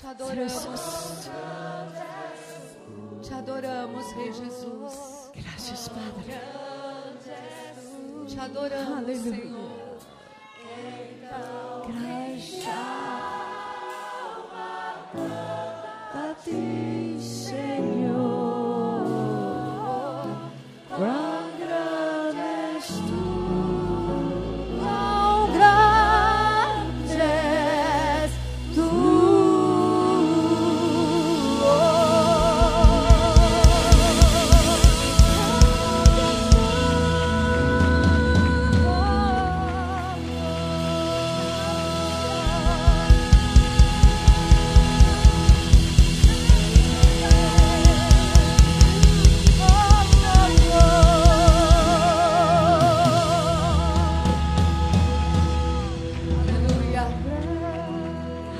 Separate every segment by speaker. Speaker 1: Te adoramos. Te adoramos, Rei Jesus.
Speaker 2: Gracias, Padre.
Speaker 1: Te adoramos,
Speaker 2: Aleluia.
Speaker 1: Senhor.
Speaker 2: Gracias. A ti, Señor. Cuán grande es tú. Cuán grande es tú.
Speaker 1: Oh, oh, Aleluia.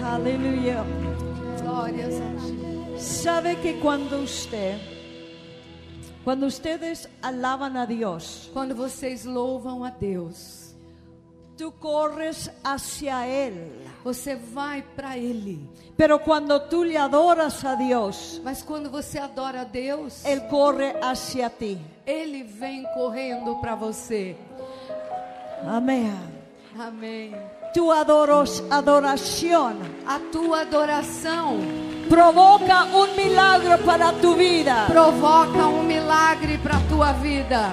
Speaker 2: Aleluia.
Speaker 1: Glórias a ti.
Speaker 2: Sabe que cuando usted, cuando ustedes alaban a Dios,
Speaker 1: Quando vocês louvam a Deus,
Speaker 2: tú corres hacia Él.
Speaker 1: você vai para Ele.
Speaker 2: Pero cuando tú le adoras a Dios,
Speaker 1: Mas quando você adora a Deus,
Speaker 2: Él corre hacia ti.
Speaker 1: Ele vem correndo para você.
Speaker 2: Amén.
Speaker 1: Amém.
Speaker 2: Tu adoros, adoración
Speaker 1: A tua adoração
Speaker 2: provoca un milagro para tu vida.
Speaker 1: provoca um milagre para tua vida.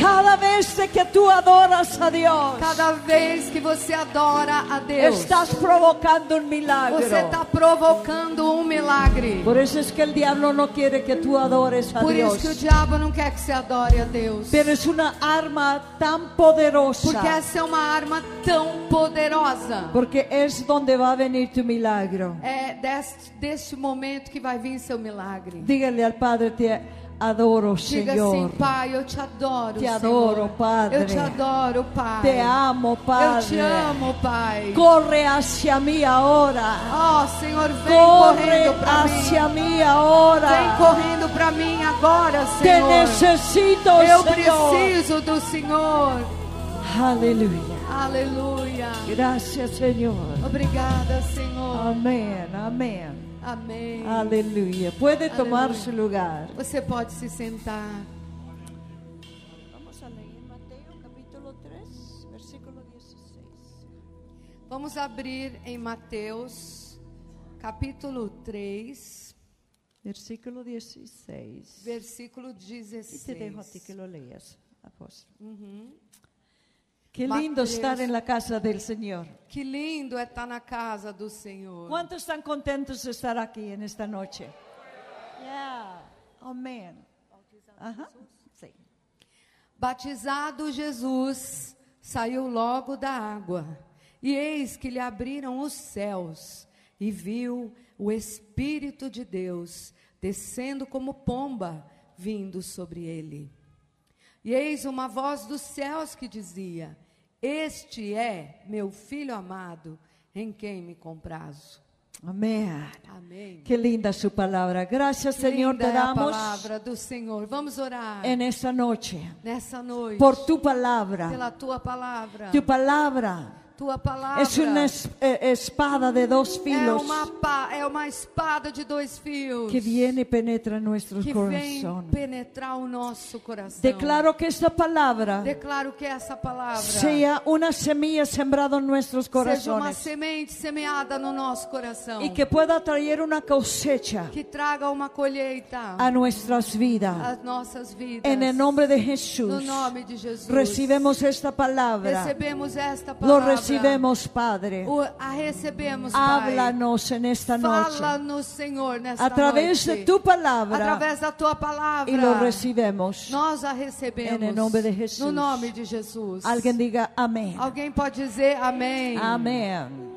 Speaker 2: Cada vez de que tú adoras a Dios,
Speaker 1: Cada vez que você adora a Deus,
Speaker 2: estás provocando un
Speaker 1: você está
Speaker 2: milagro.
Speaker 1: provocando um milagre.
Speaker 2: Por eso es que el diablo no quiere que tú adores a
Speaker 1: Por isso que o
Speaker 2: Dios.
Speaker 1: diabo não quer que você adore a Deus.
Speaker 2: Pero es una arma tan poderosa.
Speaker 1: Porque essa é uma arma tão poderosa.
Speaker 2: Porque es donde va a venir tu milagro.
Speaker 1: É deste, deste momento que vai vir seu milagre.
Speaker 2: Dígale al Padre, te adoro,
Speaker 1: Diga
Speaker 2: Señor.
Speaker 1: assim, Pai, eu te adoro.
Speaker 2: Te
Speaker 1: Senhor.
Speaker 2: adoro, Padre.
Speaker 1: Eu te adoro, Pai.
Speaker 2: Te amo, Padre.
Speaker 1: Eu te amo, Pai.
Speaker 2: Corre hacia mí ahora.
Speaker 1: Ó, Senhor, vem
Speaker 2: Corre
Speaker 1: correndo pra mim.
Speaker 2: hacia mí
Speaker 1: Vem
Speaker 2: ahora.
Speaker 1: correndo pra mim agora,
Speaker 2: Te
Speaker 1: Senhor.
Speaker 2: necesito,
Speaker 1: Eu
Speaker 2: Señor.
Speaker 1: preciso do Senhor.
Speaker 2: Aleluya.
Speaker 1: Aleluia.
Speaker 2: Gracias, Señor.
Speaker 1: Obrigada, Senhor.
Speaker 2: Amén, amén.
Speaker 1: Amém.
Speaker 2: Ah. Aleluya. Puede tomar
Speaker 1: Aleluya.
Speaker 2: su lugar.
Speaker 1: Você pode se sentar.
Speaker 2: Vamos a leer Mateo capítulo 3, versículo 16.
Speaker 1: Vamos abrir em Mateus, capítulo 3,
Speaker 2: Versículo 16.
Speaker 1: versículo
Speaker 2: Y te dejo a ti que
Speaker 1: 16.
Speaker 2: lo leas, apóstol. Qué lindo
Speaker 1: Mateos.
Speaker 2: estar en la casa del Señor.
Speaker 1: Que lindo é estar na casa do Senhor.
Speaker 2: ¿Cuántos están contentos de estar aquí en esta noche? Yeah. Amén. Ajá. Sí.
Speaker 1: Batizado Jesus, saiu logo da água. E eis que lhe abriram os céus, e viu o Espírito de Deus descendo como pomba, vindo sobre ele. E eis uma voz dos céus que dizia: Este é meu filho amado, em quem me comprazo.
Speaker 2: Amén.
Speaker 1: Amém.
Speaker 2: Qué linda su palabra. Gracias,
Speaker 1: Que
Speaker 2: Señor,
Speaker 1: linda
Speaker 2: te
Speaker 1: é a
Speaker 2: damos
Speaker 1: palavra do Senhor. Vamos orar
Speaker 2: en esta noche
Speaker 1: nessa noite
Speaker 2: por tu palabra.
Speaker 1: pela tua palavra.
Speaker 2: Tu palabra
Speaker 1: Tua palavra
Speaker 2: es una es- eh, espada de dos
Speaker 1: é,
Speaker 2: filos
Speaker 1: uma pa- é uma espada de dois fios
Speaker 2: que viene y penetra en nuestros
Speaker 1: que vem
Speaker 2: corazones.
Speaker 1: penetrar o nosso coração.
Speaker 2: Declaro que esta palabra
Speaker 1: Declaro que essa palavra
Speaker 2: sea una semilla sembrada en nuestros
Speaker 1: seja uma
Speaker 2: corazones
Speaker 1: semente semeada no nosso coração
Speaker 2: y que pueda traer una cosecha
Speaker 1: que traga uma colheita
Speaker 2: a nuestras vidas.
Speaker 1: às nossas vidas.
Speaker 2: En el nombre de
Speaker 1: no
Speaker 2: Jesús
Speaker 1: nome de Jesus.
Speaker 2: recibimos esta palabra.
Speaker 1: Recebemos esta
Speaker 2: Lo
Speaker 1: palavra.
Speaker 2: recibemos, Padre.
Speaker 1: O- a recebemos, Pai.
Speaker 2: Háblanos en esta noche
Speaker 1: Fala-nos, Senhor, nesta
Speaker 2: a través
Speaker 1: noite.
Speaker 2: de tu palabra
Speaker 1: através da tua palavra.
Speaker 2: y lo recibemos.
Speaker 1: Nós a recebemos.
Speaker 2: Em nome de Jesus.
Speaker 1: No nome de Jesus.
Speaker 2: Alguien diga amén.
Speaker 1: Alguém pode dizer amém.
Speaker 2: Amén.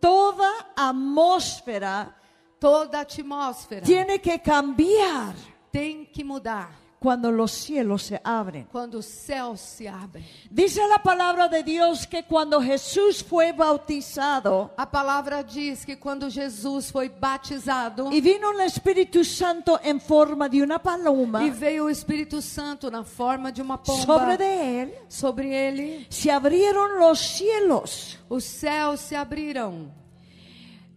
Speaker 2: Toda atmósfera
Speaker 1: Toda a atmosfera
Speaker 2: tiene que cambiar
Speaker 1: tem que mudar
Speaker 2: cuando los cielos se abren.
Speaker 1: quando os céus se abrem.
Speaker 2: Dice la palabra de Dios que cuando Jesús fue bautizado
Speaker 1: A palavra diz que quando Jesus foi batizado
Speaker 2: y vino el Espíritu Santo en forma de una paloma
Speaker 1: e veio o Espírito Santo na forma de uma pomba
Speaker 2: sobre de él,
Speaker 1: sobre ele,
Speaker 2: se abrieron los cielos.
Speaker 1: os céus se abriram.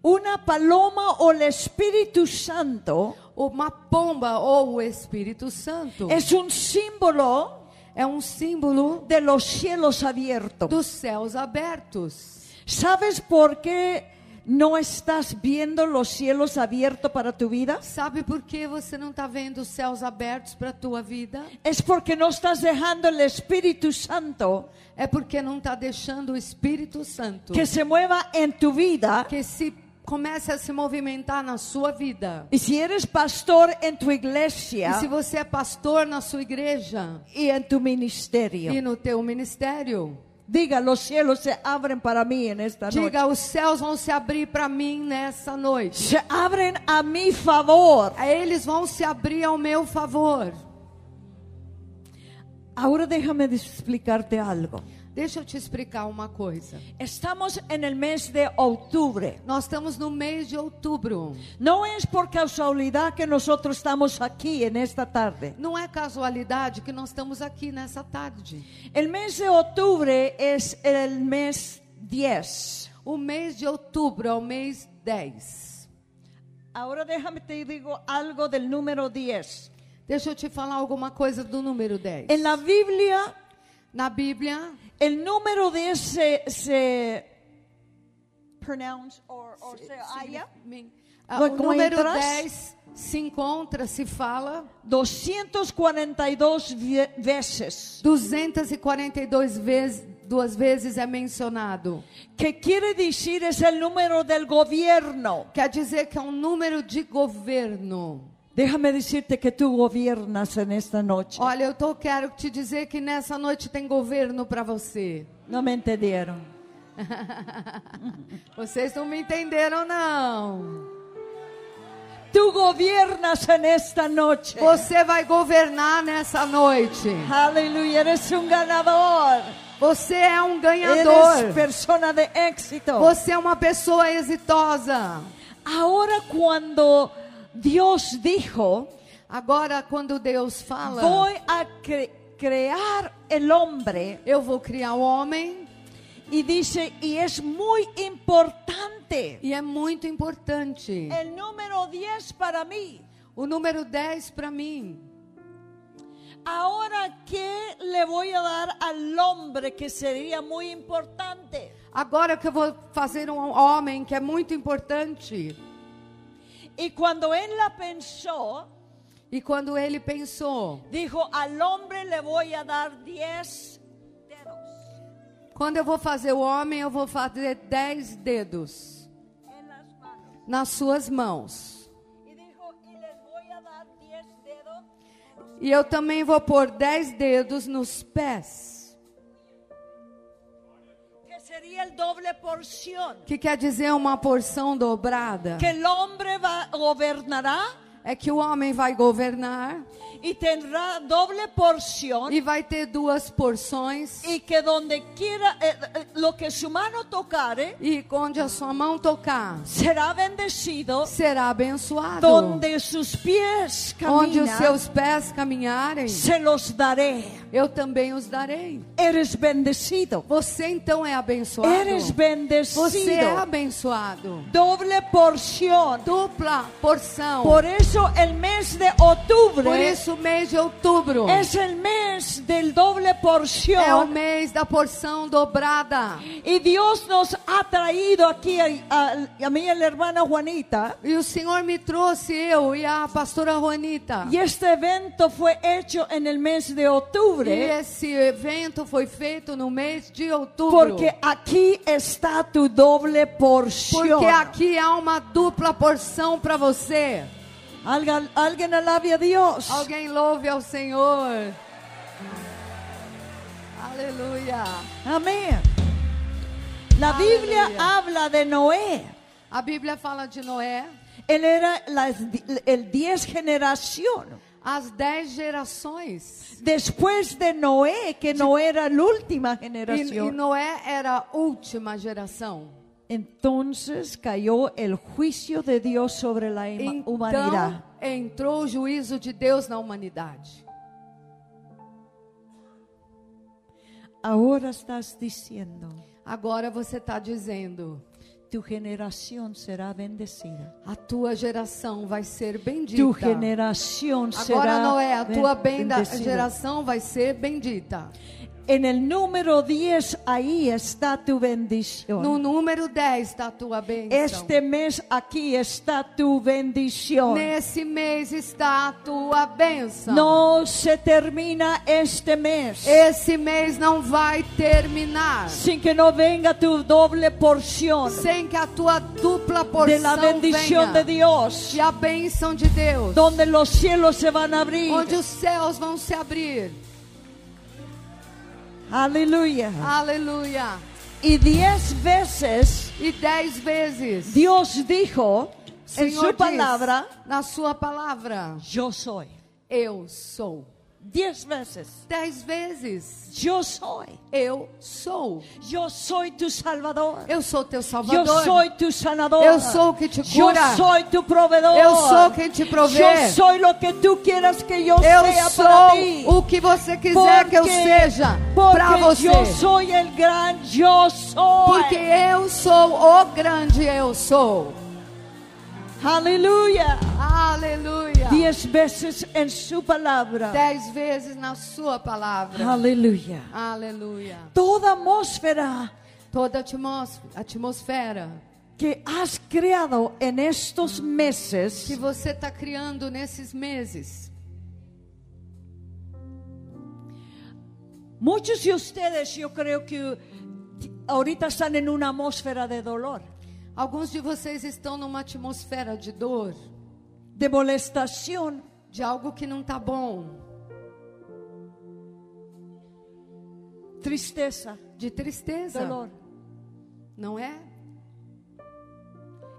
Speaker 2: una paloma o el Espíritu Santo
Speaker 1: Uma pomba ou o Espírito Santo
Speaker 2: es un símbolo
Speaker 1: é um símbolo
Speaker 2: de los cielos abiertos.
Speaker 1: dos céus abertos.
Speaker 2: ¿Sabes por qué no estás viendo los cielos abiertos para tu vida?
Speaker 1: Sabe por que você não está vendo os céus abertos para a tua vida?
Speaker 2: Es porque no estás dejando el Espíritu Santo
Speaker 1: É porque não está deixando o Espírito Santo
Speaker 2: que se mueva en tu vida.
Speaker 1: que se comece a se movimentar na sua vida.
Speaker 2: Y si eres pastor en tu
Speaker 1: E se
Speaker 2: iglesia
Speaker 1: você é pastor na sua igreja
Speaker 2: y en tu
Speaker 1: e
Speaker 2: ministerio,
Speaker 1: no teu ministério,
Speaker 2: diga, los cielos se abren para mí en esta noche.
Speaker 1: diga: os céus vão se abrir para mim nessa noite.
Speaker 2: Se abren a mi favor.
Speaker 1: Eles vão se abrir ao meu favor.
Speaker 2: Ahora déjame explicarte algo.
Speaker 1: Deixa eu te explicar uma coisa.
Speaker 2: Estamos en el mes de octubre.
Speaker 1: Nós estamos no mês de outubro.
Speaker 2: No es por casualidad que nosotros estamos aquí en esta tarde.
Speaker 1: Não é casualidade que nós estamos aqui nessa tarde.
Speaker 2: El mes de octubre es el mes 10.
Speaker 1: O mês de outubro é o mês 10.
Speaker 2: Ahora déjame te digo algo del número 10.
Speaker 1: Deixa eu te falar alguma coisa do número 10.
Speaker 2: En la Biblia,
Speaker 1: Na Bíblia,
Speaker 2: el número 10 se, se pronounce or- or se halla
Speaker 1: signi- ah,
Speaker 2: Lo
Speaker 1: o número
Speaker 2: encuentras?
Speaker 1: 10 se encontra, se fala
Speaker 2: 242 vie- veces,
Speaker 1: 242 vezes, duas vezes é mencionado.
Speaker 2: que quiere decir es el número del gobierno.
Speaker 1: Quer dizer que é um número de governo.
Speaker 2: Déjame decirte que tú gobiernas en esta noche.
Speaker 1: Olha, eu tô, quero te dizer que nessa noite tem governo para você.
Speaker 2: No me entendieron.
Speaker 1: Vocês não me entenderam, não.
Speaker 2: Tú gobiernas en esta noche.
Speaker 1: Você vai governar nessa noite.
Speaker 2: Aleluya, eres un ganador.
Speaker 1: Você é um
Speaker 2: Eres
Speaker 1: ganhador.
Speaker 2: persona de éxito.
Speaker 1: Você é uma pessoa exitosa.
Speaker 2: Ahora cuando Dios dijo,
Speaker 1: Agora, quando Deus fala,
Speaker 2: voy a cre- crear el hombre,
Speaker 1: eu vou criar o homem,
Speaker 2: y dice, y es muy importante,
Speaker 1: e é muito importante.
Speaker 2: el número 10 para mí,
Speaker 1: O número 10 para mim.
Speaker 2: ahora qué le voy a dar al hombre que sería muy importante.
Speaker 1: Agora que eu vou fazer um homem que é muito importante.
Speaker 2: Y cuando él la pensó,
Speaker 1: E quando ele pensou,
Speaker 2: Dijo, al hombre le voy a dar diez dedos
Speaker 1: Quando eu vou fazer o homem, eu vou fazer dez dedos
Speaker 2: en las manos.
Speaker 1: nas suas mãos.
Speaker 2: Y dijo, y les voy a dar diez dedos.
Speaker 1: E eu também vou pôr dez dedos nos pés,
Speaker 2: Que sería el doble porción.
Speaker 1: que quer dizer uma porção dobrada.
Speaker 2: Que el hombre va, gobernará
Speaker 1: É que o homem vai governar
Speaker 2: y tendrá doble porción. Y,
Speaker 1: e vai ter duas porções.
Speaker 2: que donde quiera, eh, eh, lo que su mano tocare,
Speaker 1: E onde a sua mão tocar,
Speaker 2: será bendecido.
Speaker 1: será abençoado.
Speaker 2: Donde sus pies
Speaker 1: Onde os
Speaker 2: caminan,
Speaker 1: seus pés caminharem,
Speaker 2: se los daré.
Speaker 1: eu também os darei.
Speaker 2: Eres bendecido.
Speaker 1: Você então é abençoado.
Speaker 2: Eres bendecido.
Speaker 1: Você é abençoado.
Speaker 2: doble porción.
Speaker 1: dupla porção. Por,
Speaker 2: Por eso el mes de octubre
Speaker 1: isso, o mês de outubro
Speaker 2: es el mes del doble
Speaker 1: é o
Speaker 2: porción.
Speaker 1: mês da porção dobrada.
Speaker 2: Y Dios nos ha traído aquí a, a- a mí y a la hermana Juanita.
Speaker 1: E o Senhor me trouxe, eu e a pastora Juanita.
Speaker 2: Y este evento fue hecho en el mes de
Speaker 1: E
Speaker 2: octubre.
Speaker 1: esse evento foi feito no mês de outubro.
Speaker 2: Porque aquí está tu doble porción.
Speaker 1: Porque aqui há uma dupla porção para você.
Speaker 2: Alguien, alguien alabe a Dios.
Speaker 1: Alguém louve ao Senhor. Aleluia.
Speaker 2: Amén. La Biblia
Speaker 1: Aleluya.
Speaker 2: habla de Noé.
Speaker 1: A Bíblia fala de Noé,
Speaker 2: Él era la- el diez generación.
Speaker 1: as dez gerações.
Speaker 2: Después de Noé, que no era la última
Speaker 1: E, e
Speaker 2: generación,
Speaker 1: Noé era a última geração.
Speaker 2: entonces cayó el juicio de Dios sobre la ima-
Speaker 1: Então
Speaker 2: humanidad.
Speaker 1: entrou o juízo de Deus na humanidade.
Speaker 2: Ahora estás diciendo,
Speaker 1: Agora você está tá dizendo:
Speaker 2: Tu generación será bendecida.
Speaker 1: A tua geração vai ser bendita.
Speaker 2: Tu generación será
Speaker 1: Agora, Noé, a
Speaker 2: ben-
Speaker 1: tua benda-
Speaker 2: bendecida.
Speaker 1: geração vai ser bendita.
Speaker 2: En el número 10, ahí está tu bendición.
Speaker 1: No número 10 está a tua bênção.
Speaker 2: Este mes aquí está tu bendición.
Speaker 1: Nesse mês está a tua bênção.
Speaker 2: No se termina este mes
Speaker 1: Esse mês não vai terminar
Speaker 2: sin que no venga tu doble porción
Speaker 1: sem que a tua dupla
Speaker 2: de
Speaker 1: porção
Speaker 2: la bendición
Speaker 1: venha.
Speaker 2: de Dios,
Speaker 1: E a bênção de Deus.
Speaker 2: donde los cielos se van a abrir.
Speaker 1: Onde os céus vão se abrir.
Speaker 2: Aleluya.
Speaker 1: Aleluia.
Speaker 2: Y diez veces
Speaker 1: E dez vezes.
Speaker 2: Dios dijo
Speaker 1: o
Speaker 2: en
Speaker 1: Senhor
Speaker 2: su
Speaker 1: diz,
Speaker 2: palabra,
Speaker 1: na sua palavra,
Speaker 2: yo soy.
Speaker 1: eu sou.
Speaker 2: Diez veces,
Speaker 1: Dez vezes,
Speaker 2: yo soy.
Speaker 1: eu sou.
Speaker 2: Yo soy tu salvador.
Speaker 1: Eu sou teu salvador.
Speaker 2: Yo soy tu sanador.
Speaker 1: Eu sou o que te cura.
Speaker 2: Yo soy tu proveedor.
Speaker 1: Eu sou quem te provê.
Speaker 2: Yo soy lo que tú quieras que yo, sea
Speaker 1: Eu
Speaker 2: para ti.
Speaker 1: sou o que você quiser que eu
Speaker 2: é Porque-
Speaker 1: seja
Speaker 2: porque
Speaker 1: para você.
Speaker 2: yo soy el gran yo soy.
Speaker 1: Porque eu sou o grande eu sou.
Speaker 2: Aleluya.
Speaker 1: Aleluia.
Speaker 2: Diez veces en su palabra.
Speaker 1: Dez vezes na sua palavra.
Speaker 2: Aleluya.
Speaker 1: Aleluia.
Speaker 2: Toda atmósfera
Speaker 1: Toda atmos- atmosfera
Speaker 2: que has creado en estos
Speaker 1: que
Speaker 2: meses
Speaker 1: você está criando nesses meses.
Speaker 2: Muchos de ustedes, yo creo que ahorita están en una atmósfera de dolor,
Speaker 1: Alguns de vocês estão numa atmosfera de dor,
Speaker 2: de molestación,
Speaker 1: de algo que não está bom,
Speaker 2: tristeza,
Speaker 1: de tristeza,
Speaker 2: dolor.
Speaker 1: não é?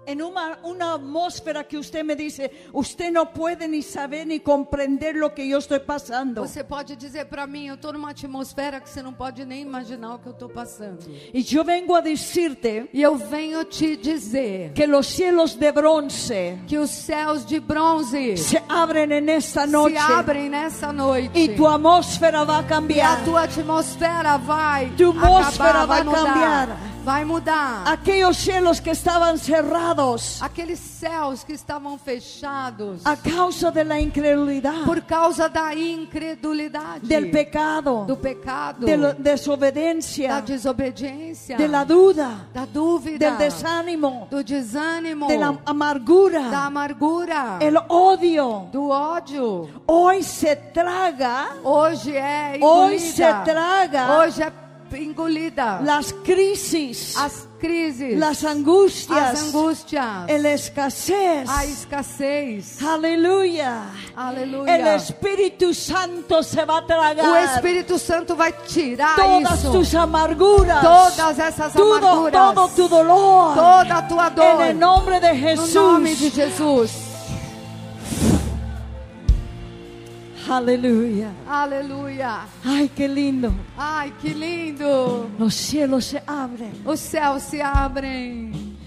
Speaker 2: En una, una atmósfera que usted me dice, usted no puede ni saber ni comprender lo que yo estoy pasando.
Speaker 1: Você pode dizer para mim, eu estou numa atmosfera que você não pode nem imaginar o que eu estou passando.
Speaker 2: Y yo vengo a decirte
Speaker 1: E eu venho te dizer
Speaker 2: que los cielos de bronce
Speaker 1: que os céus de bronze
Speaker 2: se abren en esta
Speaker 1: se
Speaker 2: noche
Speaker 1: abrem nessa noite.
Speaker 2: y tu atmósfera va a
Speaker 1: E a
Speaker 2: cambiar.
Speaker 1: tua atmosfera vai
Speaker 2: Tu atmosfera
Speaker 1: acabar, vai
Speaker 2: vai cambiar.
Speaker 1: mudar. Vai mudar.
Speaker 2: Aquellos cielos que estaban cerrados
Speaker 1: Aqueles céus que estavam fechados
Speaker 2: a causa de la incredulidad,
Speaker 1: por causa da incredulidade,
Speaker 2: del pecado,
Speaker 1: do pecado,
Speaker 2: de la
Speaker 1: da
Speaker 2: desobediencia,
Speaker 1: desobediência,
Speaker 2: de la duda,
Speaker 1: da dúvida,
Speaker 2: del desánimo,
Speaker 1: do desânimo,
Speaker 2: de la amargura.
Speaker 1: da amargura,
Speaker 2: El odio
Speaker 1: do ódio.
Speaker 2: hoy se traga
Speaker 1: Hoje é engolida.
Speaker 2: Hoje se traga
Speaker 1: Hoje é engolida.
Speaker 2: las crisis,
Speaker 1: as crises,
Speaker 2: las angustias,
Speaker 1: as angústias,
Speaker 2: el escasez.
Speaker 1: a escassez.
Speaker 2: Aleluya.
Speaker 1: Aleluia.
Speaker 2: El Espíritu Santo se va a
Speaker 1: O
Speaker 2: tragar
Speaker 1: Espírito Santo vai tirar
Speaker 2: todas
Speaker 1: isso.
Speaker 2: tus amarguras,
Speaker 1: Todas essas
Speaker 2: todo,
Speaker 1: amarguras.
Speaker 2: todo tu dolor.
Speaker 1: Toda a tua dor.
Speaker 2: En el nombre de
Speaker 1: no
Speaker 2: Jesús.
Speaker 1: nome de Jesus.
Speaker 2: Aleluya.
Speaker 1: Aleluia.
Speaker 2: Ay, qué lindo.
Speaker 1: Ai, que lindo.
Speaker 2: Los cielos se abren.
Speaker 1: Os céus se abrem.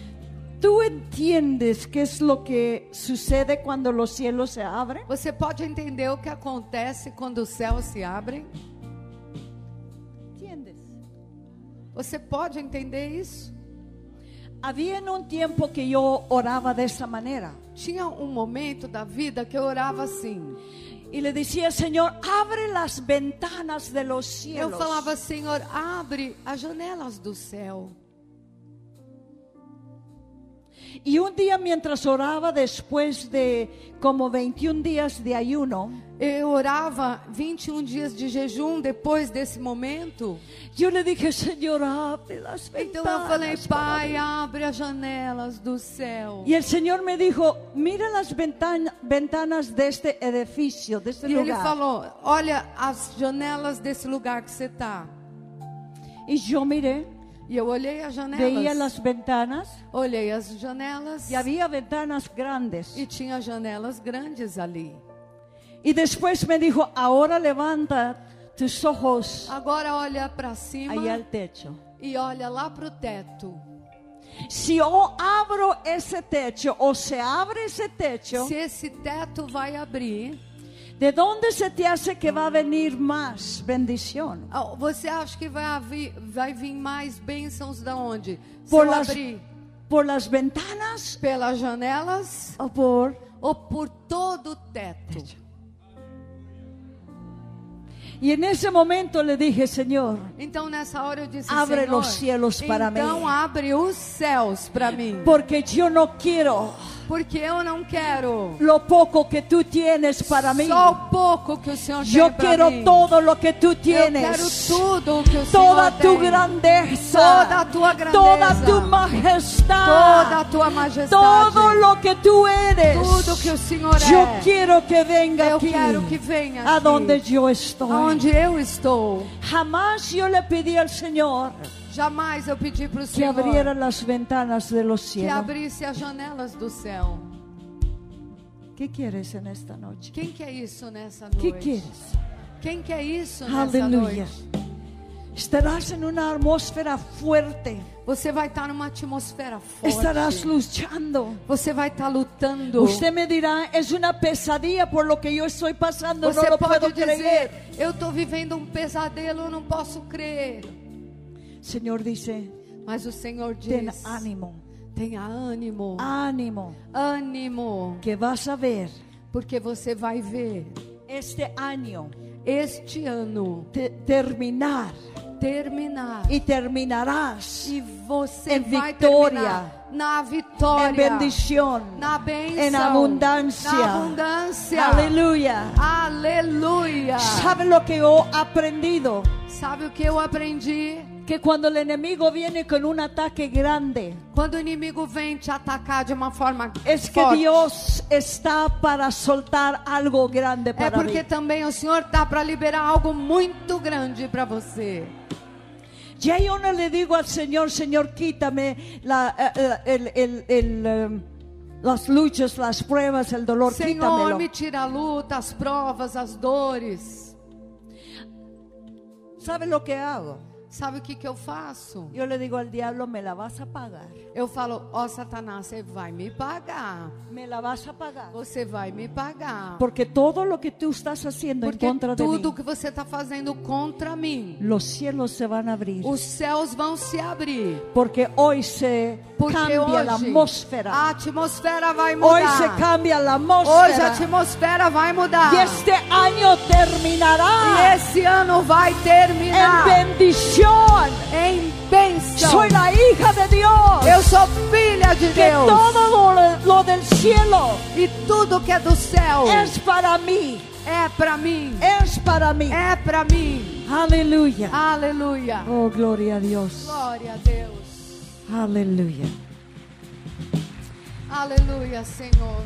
Speaker 2: ¿Tú entiendes qué es lo que sucede cuando los cielos se abren?
Speaker 1: Você pode entender o que acontece quando os céus se abrem?
Speaker 2: ¿Entiendes?
Speaker 1: Você pode entender isso?
Speaker 2: Había en un tiempo que yo oraba de esa manera
Speaker 1: Tinha um momento da vida que eu orava assim.
Speaker 2: y le decía, Señor, abre las ventanas de los
Speaker 1: Eu
Speaker 2: cielos.
Speaker 1: falava, Senhor, abre as janelas do céu.
Speaker 2: Y un día mientras oraba, después de como 21 días de ayuno,
Speaker 1: Eu orava 21 dias de jejum depois desse momento.
Speaker 2: yo le dije, Señor, abre las
Speaker 1: Então
Speaker 2: ventanas.
Speaker 1: eu falei,
Speaker 2: para
Speaker 1: Pai, abre as janelas do céu.
Speaker 2: Y el Señor me dijo, mira las ventana- ventanas de este edificio, de este
Speaker 1: E ele
Speaker 2: lugar.
Speaker 1: falou: Olha as janelas desse lugar que você está.
Speaker 2: y yo miré,
Speaker 1: E eu olhei as
Speaker 2: veía
Speaker 1: janelas.
Speaker 2: las ventanas
Speaker 1: Olhei as janelas.
Speaker 2: y había ventanas grandes.
Speaker 1: E
Speaker 2: Y,
Speaker 1: tinha janelas grandes ali.
Speaker 2: después me dijo, ahora levanta tus ojos
Speaker 1: Agora olha para cima
Speaker 2: ahí al techo.
Speaker 1: e olha lá para o teto.
Speaker 2: Si yo abro ese techo o se abre ese techo,
Speaker 1: Se esse teto vai abrir,
Speaker 2: ¿de dónde se te hace que va a venir más bendición?
Speaker 1: ah, você acha que vai, haver- vai vir mais bênçãos da onde? Se
Speaker 2: Por
Speaker 1: eu
Speaker 2: las-
Speaker 1: abrir
Speaker 2: por las ventanas
Speaker 1: pelas janelas
Speaker 2: o por...
Speaker 1: ou por todo o teto.
Speaker 2: Y en ese momento le dije, Señor,
Speaker 1: Então nessa hora eu disse:
Speaker 2: Abre
Speaker 1: Senhor,
Speaker 2: os cielos para
Speaker 1: então
Speaker 2: mim."
Speaker 1: abre os céus para mim,
Speaker 2: porque yo no quiero
Speaker 1: porque eu não quero
Speaker 2: lo poco que tú tienes para mí.
Speaker 1: só o pouco que o Senhor
Speaker 2: Yo
Speaker 1: tem para
Speaker 2: quiero
Speaker 1: mim.
Speaker 2: todo lo que tú
Speaker 1: eu quero
Speaker 2: tienes.
Speaker 1: tudo o que o
Speaker 2: Toda
Speaker 1: Senhor
Speaker 2: tu
Speaker 1: tem.
Speaker 2: grandeza,
Speaker 1: Toda tua grandeza.
Speaker 2: toda tu
Speaker 1: toda a
Speaker 2: majestad,
Speaker 1: tua majestade,
Speaker 2: todo lo que tú eres.
Speaker 1: tudo que o Senhor
Speaker 2: Yo
Speaker 1: é.
Speaker 2: quiero que venga
Speaker 1: eu
Speaker 2: aquí,
Speaker 1: quero que venha
Speaker 2: a
Speaker 1: aqui,
Speaker 2: donde yo estoy.
Speaker 1: aonde eu estou.
Speaker 2: Jamás yo le pedí al Señor
Speaker 1: Jamais eu pedi para o
Speaker 2: que
Speaker 1: Senhor
Speaker 2: abriera las ventanas de los
Speaker 1: que
Speaker 2: cielos.
Speaker 1: abrisse as janelas do céu.
Speaker 2: ¿Qué quieres en esta noche?
Speaker 1: Quem quer isso nessa
Speaker 2: ¿Qué
Speaker 1: noite?
Speaker 2: quieres?
Speaker 1: Quem quer isso nessa
Speaker 2: Aleluya.
Speaker 1: noite?
Speaker 2: Estarás en una atmósfera fuerte.
Speaker 1: Você vai estar numa atmosfera forte.
Speaker 2: Estarás luchando.
Speaker 1: Você vai estar lutando.
Speaker 2: Usted me dirá, es una pesadilla por lo que yo estoy pasando,
Speaker 1: Você
Speaker 2: no lo
Speaker 1: pode
Speaker 2: puedo
Speaker 1: dizer,
Speaker 2: creer.
Speaker 1: eu estou vivendo um pesadelo, eu não posso crer.
Speaker 2: Señor dice,
Speaker 1: Mas o Senhor diz,
Speaker 2: ten ánimo,
Speaker 1: tenha ânimo,
Speaker 2: Ah. ánimo,
Speaker 1: ânimo,
Speaker 2: que vas a ver
Speaker 1: porque você vai ver
Speaker 2: este año
Speaker 1: este ano
Speaker 2: te- terminar
Speaker 1: terminar.
Speaker 2: y terminarás
Speaker 1: E você
Speaker 2: Em
Speaker 1: vai
Speaker 2: É vitória. É
Speaker 1: terminar na
Speaker 2: en
Speaker 1: vitória,
Speaker 2: bendición,
Speaker 1: na bênção,
Speaker 2: en abundancia.
Speaker 1: na abundância.
Speaker 2: Aleluya.
Speaker 1: Aleluia.
Speaker 2: ¿Sabe lo que yo he aprendido?
Speaker 1: Sabe o que eu aprendi?
Speaker 2: Que cuando el enemigo viene con un ataque grande,
Speaker 1: Quando o inimigo vem te atacar de uma forma
Speaker 2: es que é
Speaker 1: forte,
Speaker 2: Dios está para soltar algo grande
Speaker 1: é
Speaker 2: para mí.
Speaker 1: porque também o Senhor tá para liberar algo muito grande para você.
Speaker 2: Ya yo no le digo al Señor, Señor, quítame la, eh, eh, el- el- el, eh, las luchas, las pruebas, el dolor,
Speaker 1: Senhor,
Speaker 2: quítamelo.
Speaker 1: me tira a luta, as provas, as dores.
Speaker 2: ¿Sabe lo que hago?
Speaker 1: Sabe o que que eu faço?
Speaker 2: Yo le digo al diablo, me la vas a pagar,
Speaker 1: Eu falo, ó Satanás, você vai me pagar.
Speaker 2: me la vas a pagar.
Speaker 1: Você vai me pagar.
Speaker 2: Porque todo lo que tú estás haciendo
Speaker 1: Porque
Speaker 2: en contra de
Speaker 1: tudo
Speaker 2: mí,
Speaker 1: que você está fazendo contra mim,
Speaker 2: los cielos se van a abrir.
Speaker 1: os céus vão se abrir.
Speaker 2: Porque hoy se
Speaker 1: Porque
Speaker 2: cambia
Speaker 1: hoje
Speaker 2: la atmósfera.
Speaker 1: a atmosfera vai mudar.
Speaker 2: Hoy se cambia la
Speaker 1: Hoje a
Speaker 2: atmósfera.
Speaker 1: atmosfera vai mudar.
Speaker 2: Y este año
Speaker 1: E
Speaker 2: terminará
Speaker 1: esse ano vai
Speaker 2: en
Speaker 1: terminar
Speaker 2: bendición.
Speaker 1: em bênção.
Speaker 2: Soy la hija de Dios.
Speaker 1: Eu sou filha de
Speaker 2: que
Speaker 1: Deus.
Speaker 2: todo lo, lo del cielo
Speaker 1: E tudo que é do céu
Speaker 2: es para mí.
Speaker 1: é para mim.
Speaker 2: Es para mí.
Speaker 1: É para mim.
Speaker 2: Aleluya.
Speaker 1: Aleluia.
Speaker 2: Oh, gloria a Dios.
Speaker 1: Glória a Deus.
Speaker 2: Aleluya.
Speaker 1: Aleluia, Senhor.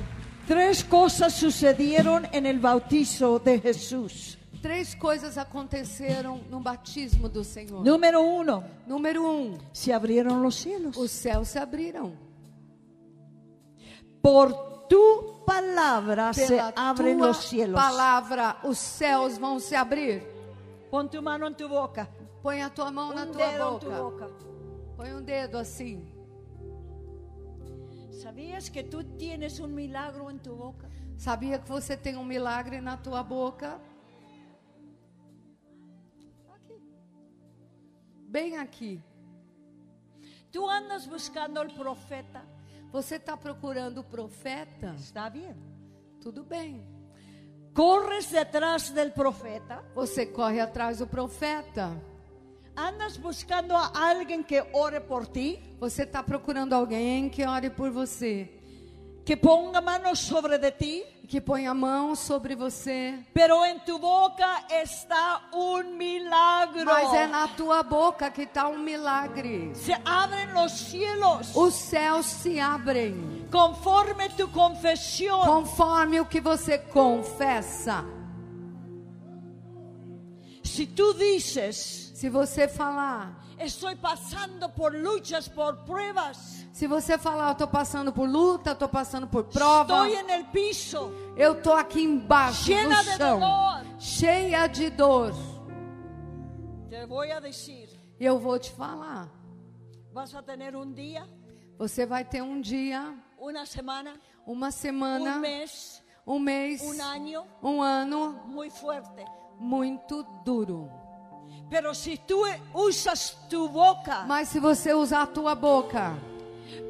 Speaker 2: Tres cosas sucedieron en el bautizo de Jesús.
Speaker 1: Três coisas aconteceram no batismo do Senhor.
Speaker 2: Número uno,
Speaker 1: Número um,
Speaker 2: se abrieron los cielos.
Speaker 1: os céus se abriram.
Speaker 2: Por tu palabra se
Speaker 1: Pela
Speaker 2: abren
Speaker 1: tua
Speaker 2: los cielos.
Speaker 1: palavra, os céus vão se abrir.
Speaker 2: Pon tu mano en tu boca.
Speaker 1: Põe a tua mão na
Speaker 2: Un
Speaker 1: tua
Speaker 2: Um dedo en tu
Speaker 1: boca.
Speaker 2: boca.
Speaker 1: Põe um dedo assim.
Speaker 2: ¿Sabías que tú tienes un milagro en tu boca?
Speaker 1: Sabia que você tem um milagre na tua boca? Bem aqui.
Speaker 2: Tú andas buscando al profeta.
Speaker 1: Você está procurando o profeta?
Speaker 2: Está bien.
Speaker 1: Tudo bem.
Speaker 2: Corres detrás del profeta.
Speaker 1: Você corre atrás do profeta.
Speaker 2: Andas buscando a alguien que ore por ti,
Speaker 1: Você está procurando alguém que ore por você,
Speaker 2: que ponga manos sobre de ti,
Speaker 1: que põe a mão sobre você.
Speaker 2: pero en tu boca está un milagro.
Speaker 1: Mas é na tua boca que está um milagre.
Speaker 2: Se abren los cielos
Speaker 1: Os céus se abrem
Speaker 2: conforme tu confesión.
Speaker 1: conforme o que você confessa.
Speaker 2: Si tú dices,
Speaker 1: Se você falar,
Speaker 2: estoy pasando por luchas, por pruebas,
Speaker 1: se você falar, eu tô passando por luta, tô passando por prova,
Speaker 2: estoy en el piso,
Speaker 1: eu tô aqui embaixo
Speaker 2: Cheia
Speaker 1: do
Speaker 2: de
Speaker 1: chão,
Speaker 2: dor.
Speaker 1: cheia de dor.
Speaker 2: te voy a decir,
Speaker 1: Eu vou te falar.
Speaker 2: vas a tener un día,
Speaker 1: Você vai ter um dia,
Speaker 2: una semana,
Speaker 1: uma semana,
Speaker 2: un mes,
Speaker 1: um mês,
Speaker 2: un año
Speaker 1: um ano
Speaker 2: muy fuerte.
Speaker 1: muito duro.
Speaker 2: Pero si tú usas tu boca
Speaker 1: Mas se você usar a tua boca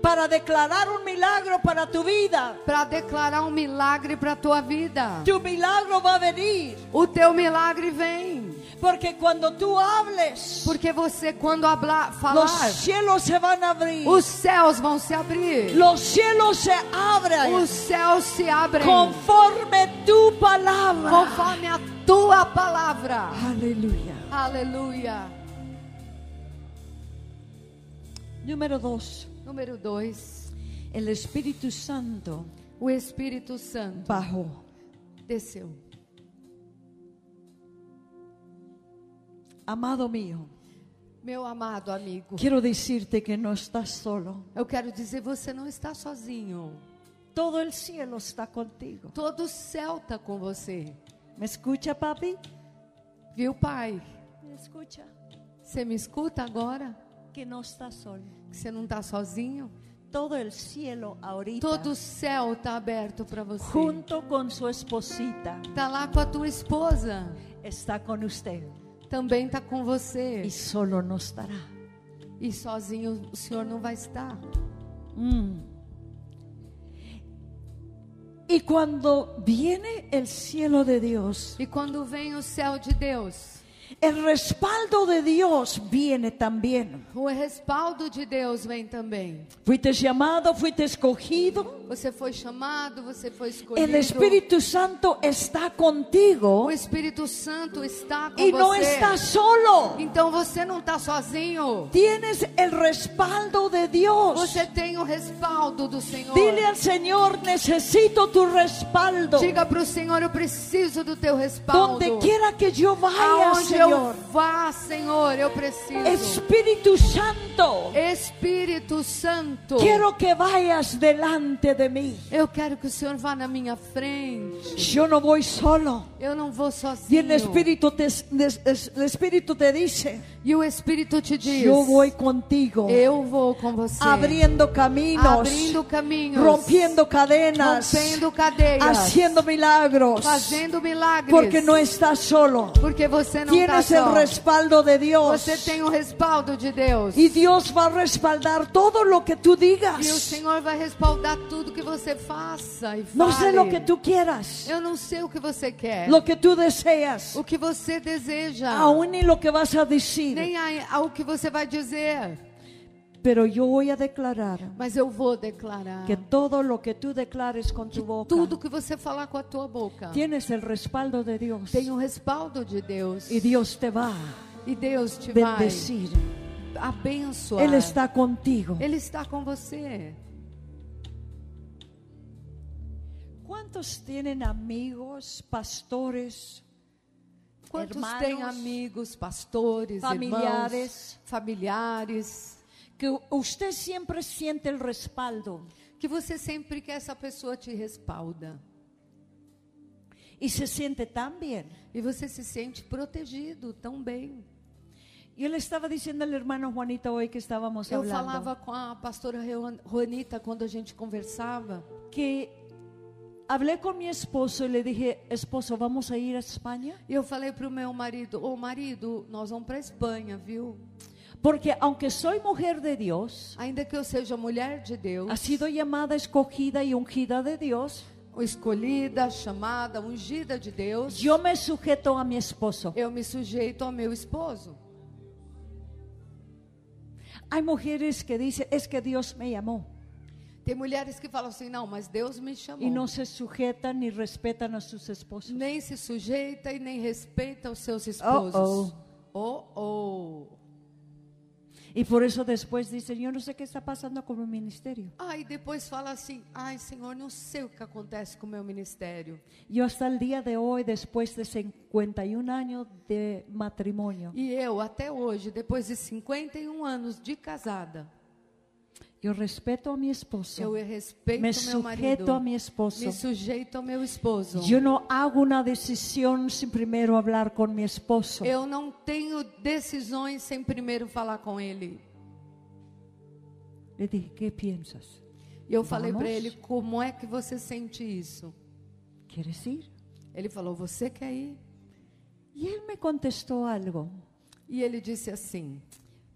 Speaker 2: para declarar un milagro para tu vida.
Speaker 1: para declarar um milagre para a tua vida.
Speaker 2: Tu milagro va a venir.
Speaker 1: O teu milagre vem,
Speaker 2: Porque cuando tú hables,
Speaker 1: porque você quando habla,
Speaker 2: los
Speaker 1: falar,
Speaker 2: cielos se van a abrir.
Speaker 1: os céus vão se abrir.
Speaker 2: Los cielos se abren
Speaker 1: Os céus se abrem
Speaker 2: conforme tu palabra.
Speaker 1: conforme a tua palavra.
Speaker 2: Aleluya.
Speaker 1: Aleluia.
Speaker 2: Número dos.
Speaker 1: Número 2.
Speaker 2: El Espíritu Santo
Speaker 1: O Espírito Santo
Speaker 2: bajó.
Speaker 1: desceu.
Speaker 2: Amado mío,
Speaker 1: Meu amado amigo,
Speaker 2: quiero decirte que no estás solo.
Speaker 1: eu quero dizer, você não está sozinho.
Speaker 2: Todo el cielo está contigo.
Speaker 1: Todo o céu está com você.
Speaker 2: ¿Me escucha, papi?
Speaker 1: Viu, pai?
Speaker 2: ¿Me escucha?
Speaker 1: Você me escuta agora?
Speaker 2: Que no estás solo.
Speaker 1: Que você não está sozinho?
Speaker 2: Todo el cielo ahorita,
Speaker 1: Todo o céu está aberto para você.
Speaker 2: junto con su esposita,
Speaker 1: Tá lá com a tua esposa.
Speaker 2: está con usted.
Speaker 1: Também tá com você.
Speaker 2: Y solo no estará.
Speaker 1: E sozinho o senhor não vai estar.
Speaker 2: Mm. Y cuando viene el cielo de Dios,
Speaker 1: E quando vem o céu de Deus,
Speaker 2: el respaldo de Dios viene también.
Speaker 1: o respaldo de Deus vem também.
Speaker 2: Fuiste llamado, fuiste escogido.
Speaker 1: Você foi chamado, você foi escolhido.
Speaker 2: El Espíritu Santo está contigo
Speaker 1: O Espírito Santo está com
Speaker 2: y
Speaker 1: você.
Speaker 2: no estás solo.
Speaker 1: Então você não está sozinho.
Speaker 2: Tienes el respaldo de Dios.
Speaker 1: Você tem o respaldo do Senhor.
Speaker 2: Dile al Señor, necesito tu respaldo.
Speaker 1: Diga para o Senhor, eu preciso do teu respaldo.
Speaker 2: Donde quiera que yo vaya,
Speaker 1: Aonde eu
Speaker 2: Señor.
Speaker 1: vá, Senhor, eu preciso.
Speaker 2: Espíritu Santo.
Speaker 1: Espírito Santo,
Speaker 2: Quiero que vayas delante de mí.
Speaker 1: eu quero que o Senhor vá na minha frente.
Speaker 2: Yo no voy solo.
Speaker 1: Eu não vou
Speaker 2: Y
Speaker 1: sozinho.
Speaker 2: el Espíritu te, des- es- el espíritu te dice,
Speaker 1: E o Espírito te diz:
Speaker 2: yo voy contigo,
Speaker 1: Eu vou com você.
Speaker 2: abriendo caminos,
Speaker 1: abrindo caminhos,
Speaker 2: rompiendo cadenas,
Speaker 1: rompendo cadeias,
Speaker 2: haciendo milagros,
Speaker 1: fazendo milagres.
Speaker 2: porque no estás solo.
Speaker 1: porque você não está
Speaker 2: Tienes el
Speaker 1: só.
Speaker 2: respaldo de Dios.
Speaker 1: Você tem o respaldo de Deus.
Speaker 2: Y Dios va a respaldar todo lo que
Speaker 1: E
Speaker 2: tú
Speaker 1: o
Speaker 2: digas.
Speaker 1: Senhor vai respaldar tudo que você faça e fale.
Speaker 2: No sé lo que tú quieras,
Speaker 1: Eu não sei o que você quer.
Speaker 2: lo que tú deseas,
Speaker 1: O que você deseja.
Speaker 2: aún ni lo que vas a decir.
Speaker 1: Nem a, ao que você vai dizer.
Speaker 2: Pero yo voy a declarar
Speaker 1: Mas eu vou declarar.
Speaker 2: que todo lo que tú declares con tu boca,
Speaker 1: tudo que você falar com a tua boca
Speaker 2: tienes el respaldo de Dios.
Speaker 1: tem o respaldo de Deus.
Speaker 2: Y Dios te va
Speaker 1: E Deus te
Speaker 2: a bendecir.
Speaker 1: vai abençoar.
Speaker 2: Él está contigo.
Speaker 1: Ele está com você.
Speaker 2: ¿Cuántos tienen amigos, pastores?
Speaker 1: Quantos
Speaker 2: Hermanos,
Speaker 1: têm amigos, pastores,
Speaker 2: familiares.
Speaker 1: irmãos, familiares,
Speaker 2: Que usted siempre siente el respaldo
Speaker 1: que você sempre que essa pessoa te respalda
Speaker 2: y se siente tan bien.
Speaker 1: e você se sente protegido tão bem.
Speaker 2: Yo le estaba diciendo al hermano Juanito hoy que estábamos
Speaker 1: Eu
Speaker 2: hablando
Speaker 1: falava com a pastora Reu- Juanita quando a gente conversava.
Speaker 2: que hablé con mi esposo y le dije, esposo, vamos a ir a España.
Speaker 1: E eu falei pro meu marido, ô marido, nós vamos pra Espanha, viu?
Speaker 2: Porque aunque soy mujer de Dios,
Speaker 1: Ainda que eu seja mulher de Deus,
Speaker 2: ha sido llamada, escogida y ungida de Dios,
Speaker 1: escolhida, chamada, ungida de Deus,
Speaker 2: yo me sujeto a mi esposo.
Speaker 1: eu me sujeito ao meu esposo.
Speaker 2: Hay mujeres que dicen, es que Dios me llamó.
Speaker 1: Tem mulheres que falam assim, não, mas Deus me chamou.
Speaker 2: Y no se sujetan ni respetan a sus esposos.
Speaker 1: Nem se sujeita e nem respeita os seus esposos. Oh, oh.
Speaker 2: Y por eso después dicen, yo no sé qué está pasando con mi ministerio.
Speaker 1: Aí depois fala assim, ai Senhor, não sei o que acontece com o meu ministério.
Speaker 2: Yo hasta el día de hoy, después de 51 años de matrimonio,
Speaker 1: E eu, até hoje, depois de 51 anos de casada,
Speaker 2: yo respeto a mi
Speaker 1: Eu
Speaker 2: esposo.
Speaker 1: respeito
Speaker 2: Me
Speaker 1: meu marido.
Speaker 2: sujeito a mi esposo.
Speaker 1: Me sujeito ao meu esposo.
Speaker 2: Yo no hago una decisión sin primero hablar con mi esposo.
Speaker 1: Eu não tenho decisões sem primeiro falar com ele.
Speaker 2: Le dije, ¿qué piensas?
Speaker 1: E eu falei
Speaker 2: Vamos?
Speaker 1: para ele como é que você sente isso.
Speaker 2: ¿Quieres ir?
Speaker 1: Ele falou: "Você quer ir?"
Speaker 2: Y él me contestó algo.
Speaker 1: E ele disse assim: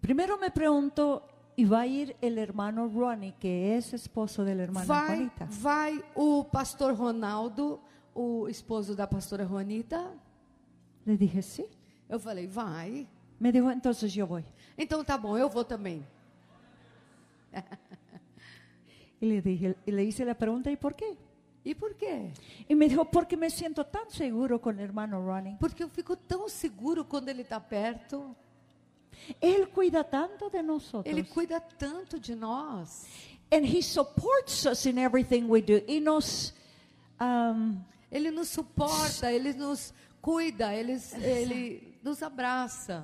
Speaker 2: Primero me preguntó, Y va a ir el hermano Ronnie, que es esposo de la hermana
Speaker 1: Vai,
Speaker 2: Juanita.
Speaker 1: vai o pastor Ronaldo, o esposo da pastora Juanita?
Speaker 2: Le dije, sí.
Speaker 1: Eu falei, vai.
Speaker 2: Me dijo, entonces yo voy.
Speaker 1: Então tá bom, eu vou também.
Speaker 2: Y le dije, y le hice la pregunta, ¿y por qué?
Speaker 1: E por quê?
Speaker 2: Y me dijo, porque me siento tan seguro con el hermano Ronnie.
Speaker 1: Porque eu fico tão seguro quando ele está perto.
Speaker 2: Él cuida tanto de nosotros.
Speaker 1: Ele cuida tanto de nós.
Speaker 2: And he supports us in everything we do. Y nos, um,
Speaker 1: Ele nos suporta, ele nos cuida, ele, ele nos abraça.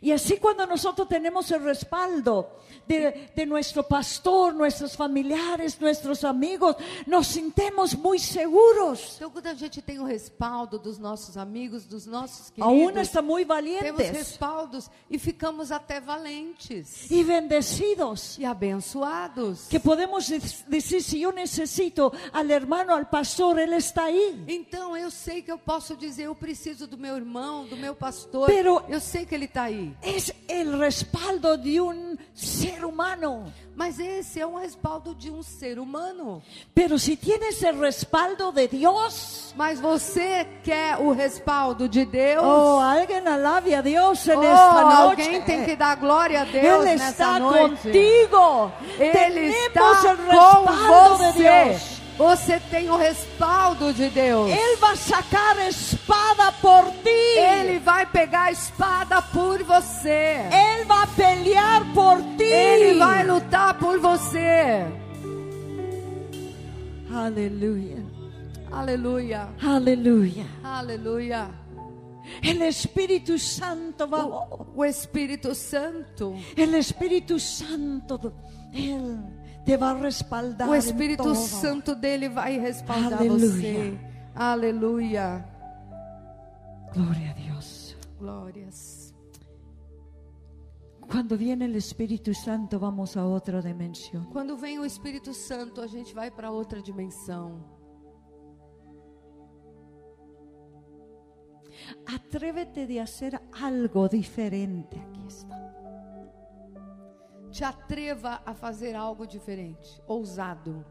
Speaker 2: y así cuando nosotros tenemos el respaldo de, de nuestro pastor, nuestros familiares, nuestros amigos, nos sentimos muy seguros.
Speaker 1: Então, quando a gente tem o respaldo dos nossos amigos, dos nossos
Speaker 2: Aún
Speaker 1: queridos,
Speaker 2: está muy
Speaker 1: temos
Speaker 2: valientes
Speaker 1: respaldos e ficamos até valentes
Speaker 2: y bendecidos.
Speaker 1: e abençoados.
Speaker 2: Que podemos dec- decir, si yo necesito al hermano, al pastor, él está ahí.
Speaker 1: Então, eu sei que eu posso dizer: eu preciso do meu irmão, do meu pastor.
Speaker 2: Pero-
Speaker 1: eu sei que ele está aí.
Speaker 2: Es el respaldo de un ser humano.
Speaker 1: Mas esse é um respaldo de um ser humano.
Speaker 2: Pero si tienes el respaldo de Dios,
Speaker 1: Mas você quer o respaldo de Deus?
Speaker 2: oh, alguien alabe a Dios en
Speaker 1: Oh,
Speaker 2: esta
Speaker 1: alguém tem que
Speaker 2: noche.
Speaker 1: dar glória a Deus
Speaker 2: Él
Speaker 1: nessa
Speaker 2: está
Speaker 1: noite.
Speaker 2: contigo.
Speaker 1: Ele
Speaker 2: Tenemos
Speaker 1: está
Speaker 2: el
Speaker 1: com
Speaker 2: respaldo de
Speaker 1: você.
Speaker 2: Dios.
Speaker 1: Você tem o respaldo de Deus.
Speaker 2: Él va a sacar espada por ti.
Speaker 1: Ele vai pegar a espada por você.
Speaker 2: Él va a pelear por ti.
Speaker 1: Ele vai lutar por você.
Speaker 2: Aleluya.
Speaker 1: Aleluia.
Speaker 2: Aleluia.
Speaker 1: Aleluia.
Speaker 2: El Espíritu Santo va.
Speaker 1: O, o Espírito Santo,
Speaker 2: El Espíritu Santo, Él te va a respaldar.
Speaker 1: o
Speaker 2: en
Speaker 1: Espírito
Speaker 2: todo.
Speaker 1: Santo dele vai respaldar
Speaker 2: um Aleluia.
Speaker 1: você. Aleluia.
Speaker 2: Gloria a Dios.
Speaker 1: Glórias.
Speaker 2: Cuando viene el Espíritu Santo vamos a otra dimensión.
Speaker 1: Quando vem o Espírito Santo, a gente vai para outra dimensão.
Speaker 2: Atrévete de hacer algo diferente. Aquí está.
Speaker 1: Te atreva a fazer algo diferente, ousado.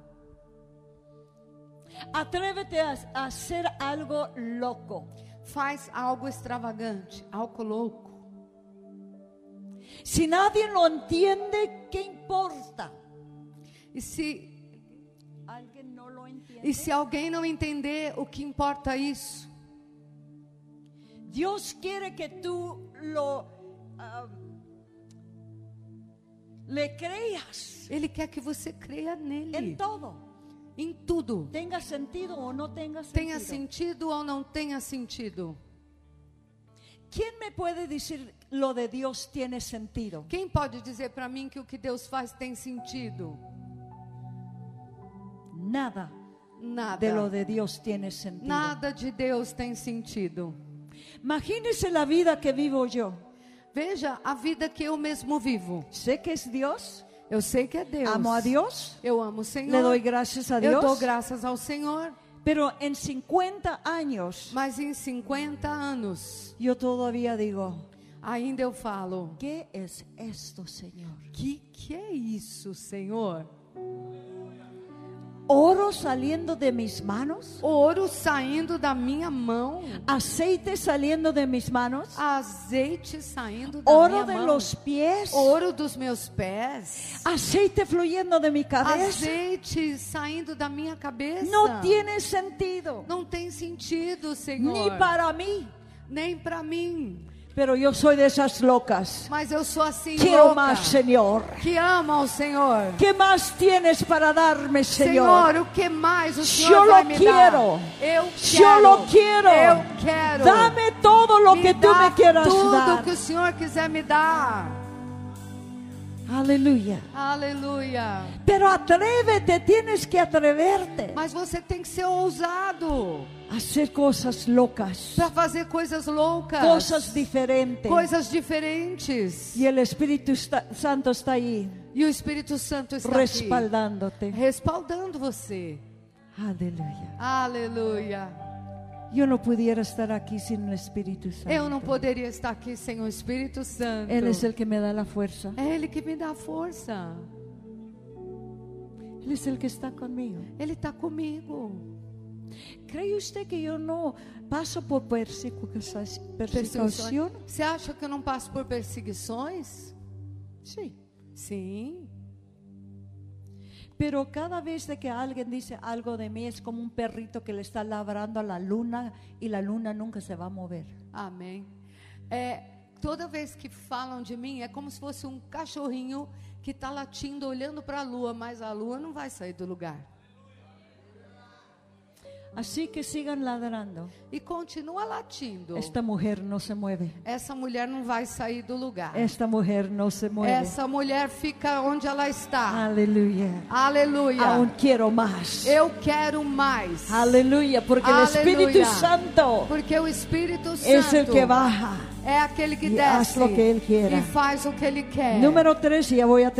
Speaker 2: Atrévete a, a hacer algo loco.
Speaker 1: Faz algo extravagante, algo louco.
Speaker 2: Si nadie lo entiende, ¿qué importa?
Speaker 1: E se
Speaker 2: Alguien no lo entiende.
Speaker 1: e se alguém não entender, o que importa é isso?
Speaker 2: Dios quiere que tú lo ah, le creas
Speaker 1: Ele quer que você creia
Speaker 2: en
Speaker 1: nele
Speaker 2: todo.
Speaker 1: em tudo.
Speaker 2: tenga sentido o no tenga sentido.
Speaker 1: Tenha sentido ou não tenha sentido.
Speaker 2: ¿Quién me puede decir lo de Dios tiene sentido?
Speaker 1: Quem pode dizer para mim que o que Deus faz tem sentido?
Speaker 2: Nada de lo
Speaker 1: Nada.
Speaker 2: de Dios tiene sentido.
Speaker 1: Nada de Deus tem sentido.
Speaker 2: Imagínese la vida que vivo yo.
Speaker 1: Veja a vida que eu mesmo vivo.
Speaker 2: Sé que es Dios,
Speaker 1: Eu sei que é Deus.
Speaker 2: amo a Dios,
Speaker 1: Eu amo o Senhor.
Speaker 2: le doy gracias a
Speaker 1: Eu
Speaker 2: Dios.
Speaker 1: dou graças ao Senhor.
Speaker 2: Pero en 50 años
Speaker 1: Mas em 50 anos,
Speaker 2: yo todavía digo,
Speaker 1: ainda eu falo:
Speaker 2: ¿qué es esto, Señor?
Speaker 1: que que é isso, Senhor?
Speaker 2: ¿Oro saliendo de mis manos?
Speaker 1: Ouro saindo da minha mão,
Speaker 2: ¿Aceite saliendo de mis manos?
Speaker 1: azeite saindo da
Speaker 2: ¿Oro
Speaker 1: minha
Speaker 2: de
Speaker 1: mão,
Speaker 2: los pies?
Speaker 1: ouro dos meus pés,
Speaker 2: aceite fluyendo de mi cabeza.
Speaker 1: azeite saindo da minha cabeça.
Speaker 2: No tiene sentido
Speaker 1: Não tem sentido,
Speaker 2: ni
Speaker 1: Senhor,
Speaker 2: para mí,
Speaker 1: nem para mí.
Speaker 2: pero yo soy de esas locas.
Speaker 1: Mas eu sou assim
Speaker 2: Quiero
Speaker 1: louca,
Speaker 2: más, Señor.
Speaker 1: que ama ao Senhor.
Speaker 2: ¿Qué más tienes para darme,
Speaker 1: Senhor,
Speaker 2: Señor?
Speaker 1: o que mais o
Speaker 2: Yo
Speaker 1: Senhor
Speaker 2: lo
Speaker 1: vai me
Speaker 2: quiero.
Speaker 1: dar? Eu
Speaker 2: Yo
Speaker 1: quero.
Speaker 2: lo quiero.
Speaker 1: Eu quero.
Speaker 2: Dame todo lo
Speaker 1: me
Speaker 2: que tú
Speaker 1: dá
Speaker 2: me quieras
Speaker 1: tudo
Speaker 2: dar.
Speaker 1: que o Senhor quiser me dar.
Speaker 2: Aleluya.
Speaker 1: Aleluia.
Speaker 2: Pero atrévete, tienes que atreverte
Speaker 1: Mas você tem que ser ousado
Speaker 2: a hacer cosas locas,
Speaker 1: para fazer coisas loucas,
Speaker 2: cosas diferentes.
Speaker 1: coisas diferentes.
Speaker 2: Y el Espíritu está- Santo está ahí
Speaker 1: E o Espírito Santo está aqui,
Speaker 2: respaldándote.
Speaker 1: respaldando você.
Speaker 2: Aleluya.
Speaker 1: Aleluia.
Speaker 2: Yo no pudiera estar aquí sin el Espíritu Santo. é
Speaker 1: Eu não poderia estar aqui sem o Espírito Santo.
Speaker 2: Él es el que me da la fuerza.
Speaker 1: É Ele que me dá força.
Speaker 2: Él es el que está conmigo.
Speaker 1: Ele está comigo.
Speaker 2: ¿Cree usted que yo no paso por persecu- persecución?
Speaker 1: Perseguições. Você acha que eu não passo por perseguições?
Speaker 2: Sí.
Speaker 1: Sim.
Speaker 2: Pero cada vez de que alguien dice algo de mí es como un perrito que le está labrando a la luna y la luna nunca se va a mover.
Speaker 1: Amém. É, toda vez que falam de mim, é como se fosse um cachorrinho que está latindo, olhando para a lua, mas a lua não vai sair do lugar.
Speaker 2: Así que sigan ladrando.
Speaker 1: E continua latindo.
Speaker 2: Esta mujer no se mueve.
Speaker 1: Essa mulher não vai sair do lugar.
Speaker 2: Esta mujer no se mueve.
Speaker 1: Essa mulher fica onde ela está.
Speaker 2: Aleluya.
Speaker 1: Aleluia.
Speaker 2: Aún quiero más.
Speaker 1: Eu quero mais.
Speaker 2: Aleluya, porque el Espíritu
Speaker 1: Aleluia.
Speaker 2: Santo
Speaker 1: Porque o Espírito Santo
Speaker 2: es el é que baja.
Speaker 1: é aquele que
Speaker 2: E
Speaker 1: desce
Speaker 2: faz o que ele quer.
Speaker 1: e faz o que ele quer.
Speaker 2: Número tres, y ya voy a
Speaker 1: Número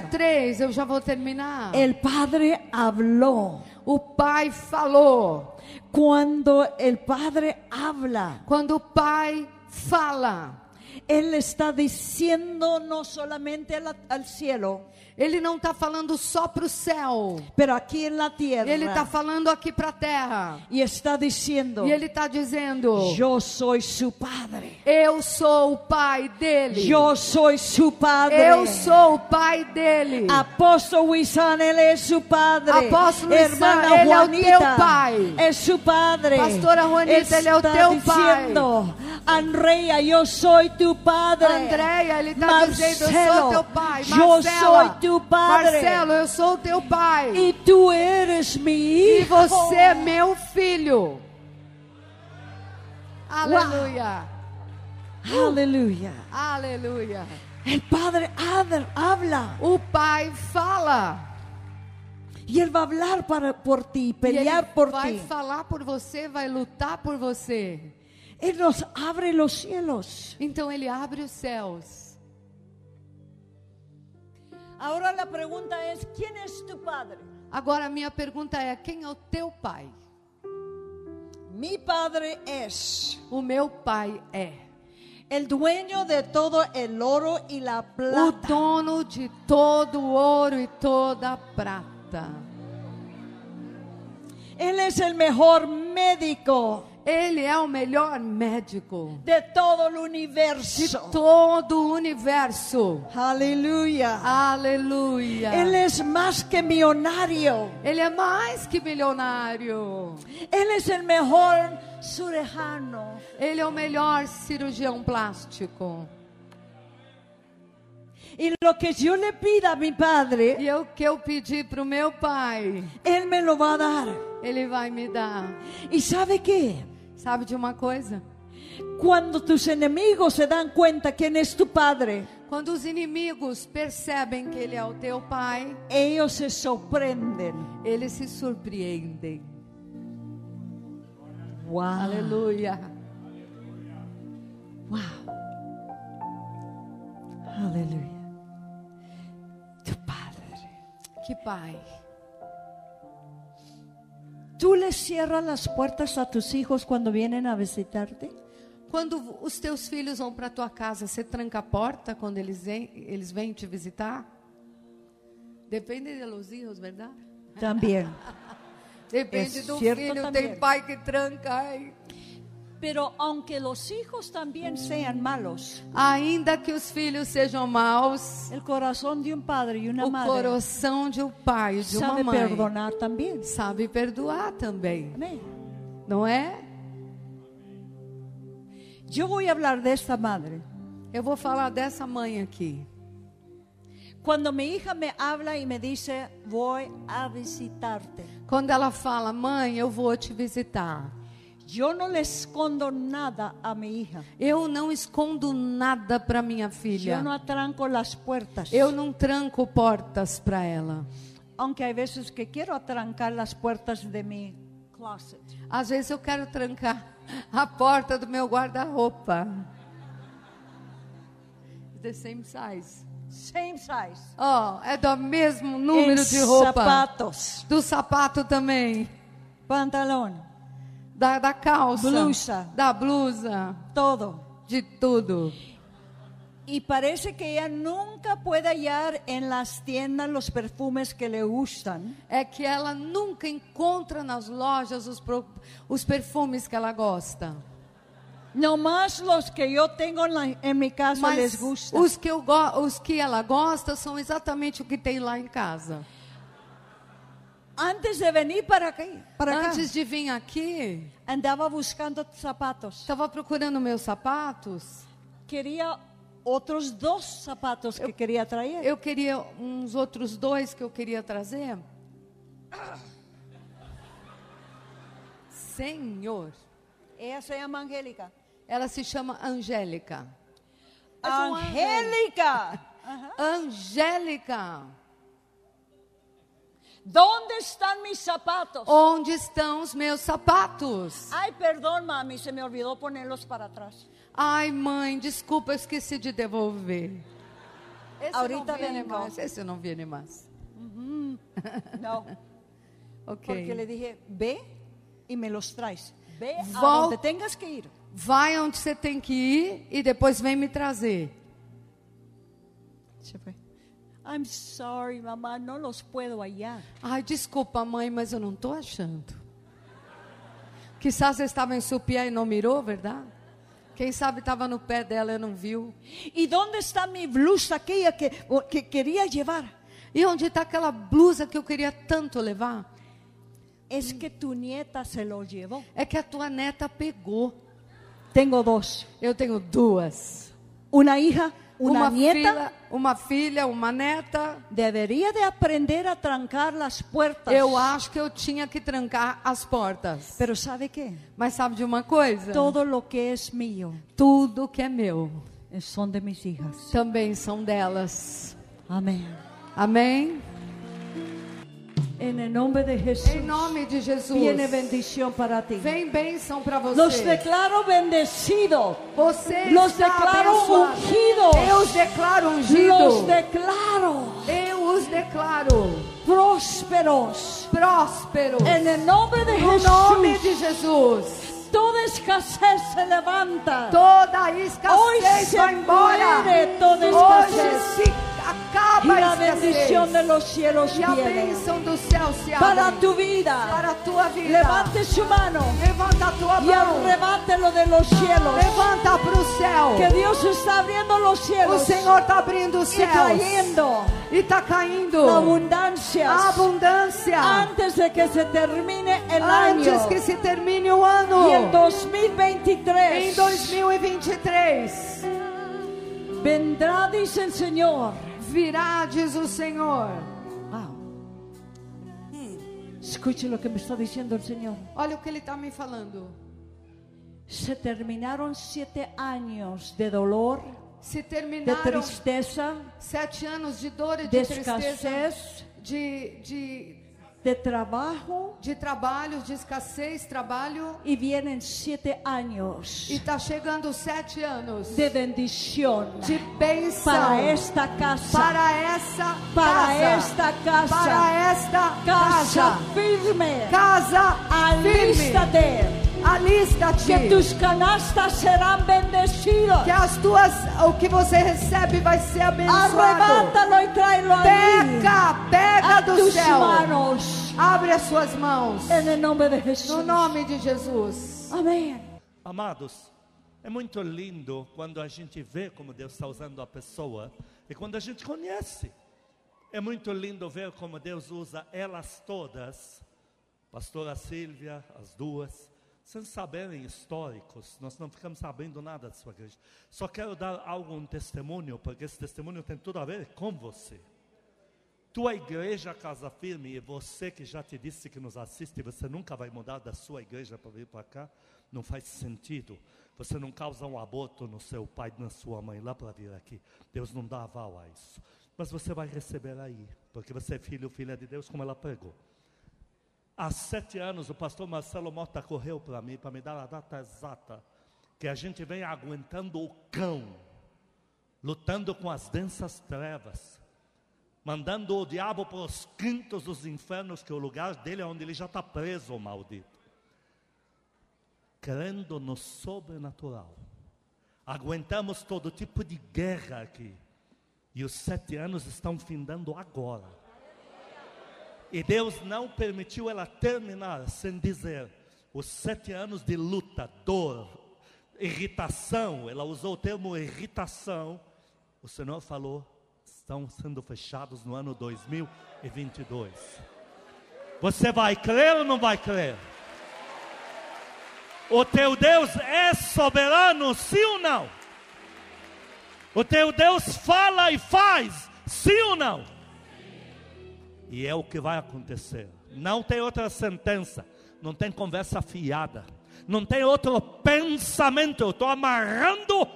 Speaker 2: terminar.
Speaker 1: 3, eu já vou terminar.
Speaker 2: El Padre habló.
Speaker 1: O pai falou.
Speaker 2: Cuando el Padre habla,
Speaker 1: Quando o pai fala,
Speaker 2: Él está diciendo no solamente a la- al cielo,
Speaker 1: ele não está falando só para o céu.
Speaker 2: pero aquí en la tierra.
Speaker 1: Ele está falando aqui para a terra.
Speaker 2: y está diciendo,
Speaker 1: E ele está dizendo:
Speaker 2: yo soy su Padre.
Speaker 1: Eu sou o pai dele.
Speaker 2: Yo soy su Padre.
Speaker 1: Eu sou o pai dele.
Speaker 2: Ah, Apóstolo Wisan, él es su padre.
Speaker 1: Apóstolo Wisan,
Speaker 2: Hermana
Speaker 1: él é o
Speaker 2: Juanita,
Speaker 1: teu pai.
Speaker 2: es su padre.
Speaker 1: Pastora Juanita,
Speaker 2: Está
Speaker 1: ele é o teu pai.
Speaker 2: diciendo, Andrea, yo soy tu padre.
Speaker 1: Andréia, ele está
Speaker 2: Marcelo,
Speaker 1: dizendo: Eu sou teu pai.
Speaker 2: yo
Speaker 1: Marcela,
Speaker 2: soy tu padre.
Speaker 1: Marcelo, eu sou teu pai.
Speaker 2: Y tú eres mi
Speaker 1: E
Speaker 2: hijo.
Speaker 1: você é meu filho. Aleluia.
Speaker 2: Aleluya.
Speaker 1: Aleluia.
Speaker 2: El padre Adel habla
Speaker 1: O pai fala.
Speaker 2: y él va a hablar para, por ti,
Speaker 1: E ele
Speaker 2: pelear por
Speaker 1: vai
Speaker 2: ti.
Speaker 1: falar por você, vai lutar por você.
Speaker 2: Él nos abre los cielos.
Speaker 1: Então ele abre os céus.
Speaker 2: Ahora la pregunta es, ¿quién es tu padre?
Speaker 1: Agora a minha pergunta é: quem é o teu pai?
Speaker 2: Mi padre es
Speaker 1: O meu pai é
Speaker 2: el dueño de todo el oro y la
Speaker 1: o
Speaker 2: plata.
Speaker 1: dono de todo o ouro e toda a prata.
Speaker 2: Él es el mejor médico
Speaker 1: Ele é o melhor médico
Speaker 2: de todo el
Speaker 1: de
Speaker 2: universo.
Speaker 1: todo o universo.
Speaker 2: Aleluya.
Speaker 1: Aleluia.
Speaker 2: Él es más que millonario.
Speaker 1: Ele é mais que milionário.
Speaker 2: Él es el mejor surejano.
Speaker 1: Ele é o melhor cirurgião plástico.
Speaker 2: Y lo que yo le pida a mi padre,
Speaker 1: E é o que eu pedi pro meu pai,
Speaker 2: Él me lo va a dar.
Speaker 1: ele vai me dar.
Speaker 2: ¿Y sabe qué?
Speaker 1: Sabe de uma coisa?
Speaker 2: Cuando tus enemigos se dan cuenta quién es tu padre,
Speaker 1: Quando os inimigos percebem que ele é o teu pai,
Speaker 2: ellos se sorprenden.
Speaker 1: eles se surpreendem.
Speaker 2: Wow.
Speaker 1: Aleluia.
Speaker 2: Wow. Aleluya. Tu Padre.
Speaker 1: Que pai.
Speaker 2: ¿Tú le cierras las puertas a tus hijos cuando vienen a visitarte?
Speaker 1: Quando os teus filhos vão para tua casa, você tranca a porta quando eles vêm, eles vêm te visitar? Depende de los hijos, verdade?
Speaker 2: También.
Speaker 1: Depende
Speaker 2: É
Speaker 1: do
Speaker 2: certo
Speaker 1: filho,
Speaker 2: também.
Speaker 1: tem pai que tranca. ai.
Speaker 2: Pero aunque los hijos también sean malos,
Speaker 1: Ainda que os filhos sejam maus,
Speaker 2: el corazón de un padre y una
Speaker 1: o
Speaker 2: madre
Speaker 1: coração de um pai e de uma
Speaker 2: sabe
Speaker 1: mãe
Speaker 2: perdonar también.
Speaker 1: sabe perdoar também,
Speaker 2: Amén.
Speaker 1: não é?
Speaker 2: Yo voy a hablar de esta madre.
Speaker 1: Eu vou falar dessa mãe aqui.
Speaker 2: Cuando mi hija me habla y me dice, voy a visitarte,
Speaker 1: Quando ela fala, mãe, eu vou te visitar.
Speaker 2: yo no le escondo nada a mi hija.
Speaker 1: Eu não escondo nada para minha filha.
Speaker 2: Yo no atranco las puertas.
Speaker 1: Eu não tranco portas para ela.
Speaker 2: Aunque hay veces que quiero atrancar las puertas de mi closet.
Speaker 1: Às vezes eu quero trancar a porta do meu guarda-roupa. The same size.
Speaker 2: Same size.
Speaker 1: Ó, é do mesmo número
Speaker 2: En
Speaker 1: de roupa.
Speaker 2: Zapatos,
Speaker 1: Do sapato também.
Speaker 2: pantalón,
Speaker 1: da, da calça,
Speaker 2: Blusa.
Speaker 1: da blusa,
Speaker 2: todo.
Speaker 1: de tudo.
Speaker 2: Y parece que ella nunca puede hallar en las tiendas los perfumes que le gustan.
Speaker 1: É que ela nunca encontra nas lojas os, pro- os perfumes que ela gosta.
Speaker 2: Nomás los que yo tengo en, la- en mi casa les
Speaker 1: Mas
Speaker 2: gustan.
Speaker 1: os que, eu go- os que ela gosta são exatamente o que tem lá em casa.
Speaker 2: Antes de venir para acá, para acá,
Speaker 1: Antes de vir aqui,
Speaker 2: andaba buscando zapatos.
Speaker 1: estava procurando meus sapatos.
Speaker 2: Quería otros dos zapatos que quería traer.
Speaker 1: Eu queria uns outros dois que eu queria trazer. Senhor,
Speaker 2: Ella se llama Angélica.
Speaker 1: ela se chama Angélica. Es un ángel.
Speaker 2: Angélica. Ajá.
Speaker 1: Angélica,
Speaker 2: ¿Dónde están mis zapatos?
Speaker 1: onde estão os meus sapatos?
Speaker 2: Ay, perdón, mami, se me olvidó ponerlos para atrás.
Speaker 1: Ai, mãe, desculpa, eu esqueci de devolver. Esse
Speaker 2: Ahorita
Speaker 1: não viene
Speaker 2: vengo.
Speaker 1: mais. Esse não viene mais.
Speaker 2: No, porque le
Speaker 1: Ok.
Speaker 2: dije, ve y me los traes. Ve a
Speaker 1: Vol-
Speaker 2: donde tengas que ir.
Speaker 1: Vai onde você tem que ir e depois vem me trazer.
Speaker 2: Se fue. I'm sorry, mamá, no los puedo hallar.
Speaker 1: Ai, desculpa, mãe, mas eu não estou achando. Quizás eu estava em Supiá e não mirou, verdade? Quem sabe estava no pé dela e não viu.
Speaker 2: ¿Y dónde está mi blusa aquella que, o- que quería llevar?
Speaker 1: E onde está aquela blusa que eu queria tanto levar?
Speaker 2: Es que tu nieta se lo llevó.
Speaker 1: É que a tua neta pegou.
Speaker 2: Tengo dos.
Speaker 1: Eu tenho duas.
Speaker 2: Una hija, una, nieta.
Speaker 1: filha, uma filha, uma neta.
Speaker 2: Debería de aprender a trancar las puertas.
Speaker 1: Eu acho que eu tinha que trancar as portas.
Speaker 2: Pero ¿sabe qué?
Speaker 1: Mas sabe de uma coisa?
Speaker 2: Todo lo que es mío
Speaker 1: Tudo que é meu
Speaker 2: eh, son de mis hijas.
Speaker 1: também são delas.
Speaker 2: Amén.
Speaker 1: Amém?
Speaker 2: En el nombre de Jesús.
Speaker 1: Em nome de Jesus.
Speaker 2: Viene bendición para ti.
Speaker 1: Vem bênção para
Speaker 2: Los
Speaker 1: você.
Speaker 2: declaro bendecidos.
Speaker 1: Você
Speaker 2: Los
Speaker 1: está
Speaker 2: declaro
Speaker 1: abençoado.
Speaker 2: ungidos.
Speaker 1: Eu os declaro
Speaker 2: Los
Speaker 1: ungidos.
Speaker 2: declaro
Speaker 1: Eu os declaro
Speaker 2: prósperos.
Speaker 1: prósperos.
Speaker 2: En el nombre de
Speaker 1: No nome
Speaker 2: Jesús.
Speaker 1: de Jesus.
Speaker 2: Toda escasez se levanta.
Speaker 1: Toda a escassez
Speaker 2: se
Speaker 1: vai embora.
Speaker 2: muere toda
Speaker 1: Hoje
Speaker 2: escassez.
Speaker 1: se
Speaker 2: Y
Speaker 1: acaba a
Speaker 2: la
Speaker 1: escassez.
Speaker 2: bendición de los cielos
Speaker 1: E a
Speaker 2: viene.
Speaker 1: bênção do céu se abre
Speaker 2: Para tu vida.
Speaker 1: para a tua vida.
Speaker 2: Levante su mano
Speaker 1: Levanta a tua
Speaker 2: y
Speaker 1: mão.
Speaker 2: arrebátelo de los cielos.
Speaker 1: Levanta para o
Speaker 2: Que
Speaker 1: céu.
Speaker 2: Dios está abriendo los
Speaker 1: O
Speaker 2: cielos
Speaker 1: Senhor está abrindo os
Speaker 2: y
Speaker 1: céus.
Speaker 2: trayendo
Speaker 1: E está caindo.
Speaker 2: abundancia
Speaker 1: A abundância
Speaker 2: antes de que se termine el año
Speaker 1: antes que se termine o ano
Speaker 2: y el
Speaker 1: em
Speaker 2: 2023
Speaker 1: 2023
Speaker 2: vendrá, dice el Señor.
Speaker 1: virá diz o Senhor
Speaker 2: Wow. Escuche lo que me está diciendo el Señor.
Speaker 1: olha o que ele está me falando
Speaker 2: Se terminaron siete anos de dolor,
Speaker 1: se
Speaker 2: de
Speaker 1: terminaram
Speaker 2: tristeza,
Speaker 1: sete anos de dor e
Speaker 2: de
Speaker 1: de tristeza
Speaker 2: escasez,
Speaker 1: de, de,
Speaker 2: de trabajo
Speaker 1: de trabalho de escassez, trabalho
Speaker 2: y vienen siete anos
Speaker 1: e está chegando sete anos
Speaker 2: de bendición
Speaker 1: de bênção
Speaker 2: para esta casa,
Speaker 1: para essa
Speaker 2: para
Speaker 1: casa
Speaker 2: esta casa,
Speaker 1: para esta
Speaker 2: casa
Speaker 1: casa
Speaker 2: firme.
Speaker 1: casa firme
Speaker 2: Alístate, que
Speaker 1: alista-te
Speaker 2: tus canastas serán
Speaker 1: que
Speaker 2: bendecidas.
Speaker 1: as tuas, o que você recebe vai ser abençoado.
Speaker 2: Arrebátalo y tráelo a mí,
Speaker 1: Pega, pega
Speaker 2: a
Speaker 1: do
Speaker 2: tus
Speaker 1: céu.
Speaker 2: manos.
Speaker 1: Abre as suas mãos.
Speaker 2: En el nombre de Jesús.
Speaker 1: No nome de Jesus.
Speaker 2: Amén.
Speaker 3: Amados, é muito lindo quando a gente vê como Deus está usando a pessoa e quando a gente conhece. É muito lindo ver como Deus usa elas todas, pastora Silvia, as duas, sem saberem históricos, nós não ficamos sabendo nada de sua igreja. Só quero dar algo, um testemunho, porque esse testemunho tem tudo a ver com você. Tua igreja Casa Firme, e você que já te disse que nos assiste, você nunca vai mudar da sua igreja para vir para cá, não faz sentido. Você não causa um aborto no seu pai, na sua mãe, lá para vir aqui. Deus não dá aval a isso. Mas você vai receber aí, porque você é filho, filha de Deus, como ela pregou. Há sete anos, o pastor Marcelo Mota correu para mim, para me dar a data exata, que a gente vem aguentando o cão, lutando com as densas trevas mandando o diabo para os tá cantos dos infernos, que é o lugar dele é onde ele já está preso, o maldito. crendo no sobrenatural. Aguentamos todo tipo de guerra aqui. E os sete anos estão findando agora. E Deus não permitiu ela terminar sem dizer: os sete anos de luta, dor, irritação, ela usou o termo irritação. O Senhor falou: estão sendo fechados no ano 2022. Você vai crer ou não vai crer? O teu Deus é soberano, sim ou não? O teu Deus fala e faz, sim ou não? E é o que vai acontecer. Não tem outra sentença, não tem conversa fiada, não tem outro pensamento. Eu estou amarrando,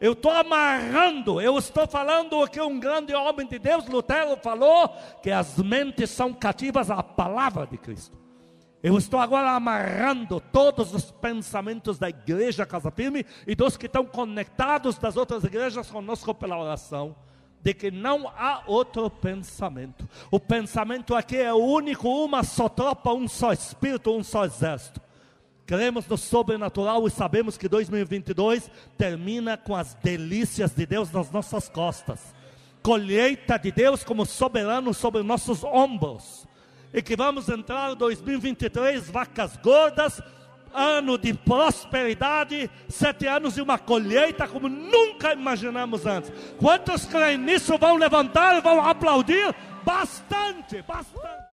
Speaker 3: eu estou amarrando, eu estou falando o que um grande homem de Deus, Lutero, falou: que as mentes são cativas à palavra de Cristo. Eu estou agora amarrando todos os pensamentos da igreja Casa Firme e dos que estão conectados das outras igrejas conosco pela oração, de que não há outro pensamento. O pensamento aqui é único, uma só tropa, um só espírito, um só exército. Cremos no sobrenatural e sabemos que 2022 termina com as delícias de Deus nas nossas costas. Colheita de Deus como soberano sobre nossos ombros e que vamos entrar 2023 vacas gordas, ano de prosperidade, sete anos de uma colheita como nunca imaginamos antes. Quantos creem nisso vão levantar e vão aplaudir? Bastante, bastante.